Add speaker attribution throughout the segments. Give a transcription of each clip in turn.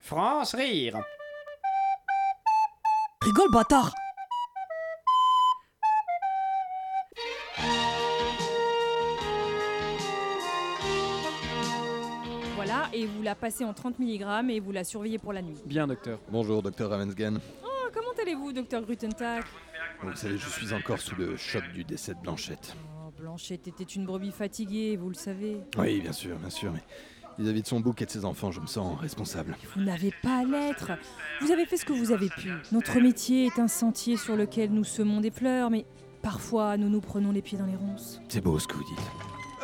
Speaker 1: France rire.
Speaker 2: Rigole, bâtard
Speaker 3: Voilà, et vous la passez en 30 mg et vous la surveillez pour la nuit.
Speaker 4: Bien, docteur.
Speaker 5: Bonjour, docteur Ravensgen.
Speaker 3: Ah, comment allez-vous, docteur Grutentag
Speaker 5: Vous savez, je suis encore sous le choc du décès de Blanchette.
Speaker 3: Oh, Blanchette était une brebis fatiguée, vous le savez.
Speaker 5: Oui, bien sûr, bien sûr, mais vis-à-vis de son bouc et de ses enfants, je me sens responsable.
Speaker 3: Vous n'avez pas à l'être. Vous avez fait ce que vous avez pu. Notre métier est un sentier sur lequel nous semons des fleurs, mais parfois nous nous prenons les pieds dans les ronces.
Speaker 5: C'est beau ce que vous dites.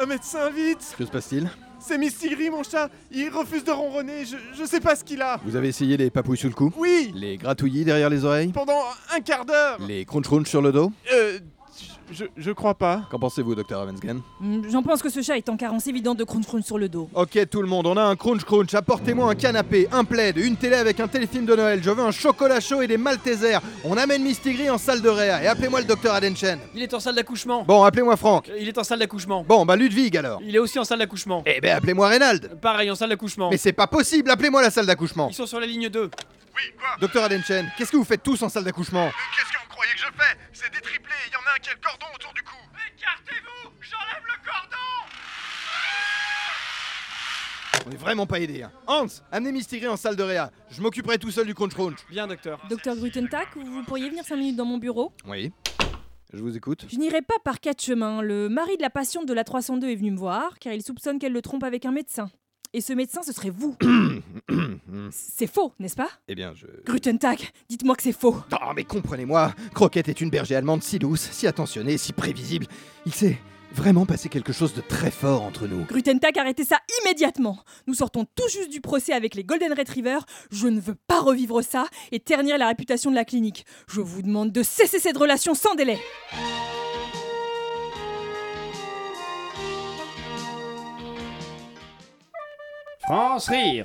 Speaker 6: Un médecin, vite
Speaker 5: Que se passe-t-il
Speaker 6: C'est Mistigri, mon chat Il refuse de ronronner, je, je sais pas ce qu'il a
Speaker 5: Vous avez essayé les papouilles sous le cou
Speaker 6: Oui
Speaker 5: Les gratouillis derrière les oreilles
Speaker 6: Pendant un quart d'heure
Speaker 5: Les crunch sur le dos
Speaker 6: Euh. Je, je crois pas.
Speaker 5: Qu'en pensez-vous, docteur Ravensgen
Speaker 3: Hmm, J'en pense que ce chat est en carence évidente de crunch sur le dos.
Speaker 5: Ok, tout le monde, on a un crunch crunch. Apportez-moi un canapé, un plaid, une télé avec un téléfilm de Noël. Je veux un chocolat chaud et des Maltesers. On amène Mistigri en salle de réa et appelez-moi le docteur Adenchen.
Speaker 4: Il est en salle d'accouchement.
Speaker 5: Bon, appelez-moi Franck.
Speaker 4: Euh, Il est en salle d'accouchement.
Speaker 5: Bon, bah Ludwig alors.
Speaker 4: Il est aussi en salle d'accouchement.
Speaker 5: Eh ben, appelez-moi Reynald.
Speaker 4: Euh, Pareil, en salle d'accouchement.
Speaker 5: Mais c'est pas possible, appelez-moi la salle d'accouchement.
Speaker 4: Ils sont sur la ligne 2.
Speaker 5: Docteur Adenchen, qu'est-ce que vous faites tous en salle d'accouchement
Speaker 6: Qu'est-ce que vous croyez que je fais C'est détriplé, il y en a un qui a le cordon autour du cou
Speaker 5: On est vraiment pas aidés. hein. Hans, amenez Mystigri en salle de réa. Je m'occuperai tout seul du crunch crunch.
Speaker 4: Bien, docteur.
Speaker 3: Docteur Grutentag, vous pourriez venir 5 minutes dans mon bureau
Speaker 5: Oui. Je vous écoute.
Speaker 3: Je n'irai pas par quatre chemins. Le mari de la patiente de la 302 est venu me voir, car il soupçonne qu'elle le trompe avec un médecin. Et ce médecin, ce serait vous. c'est faux, n'est-ce pas
Speaker 5: eh bien, je.
Speaker 3: Grutentag, dites-moi que c'est faux.
Speaker 5: Oh, mais comprenez-moi, Croquette est une berger allemande si douce, si attentionnée, si prévisible. Il s'est vraiment passé quelque chose de très fort entre nous.
Speaker 3: Grutentag, arrêtez ça immédiatement. Nous sortons tout juste du procès avec les Golden Retrievers. Je ne veux pas revivre ça et ternir la réputation de la clinique. Je vous demande de cesser cette relation sans délai.
Speaker 1: France rire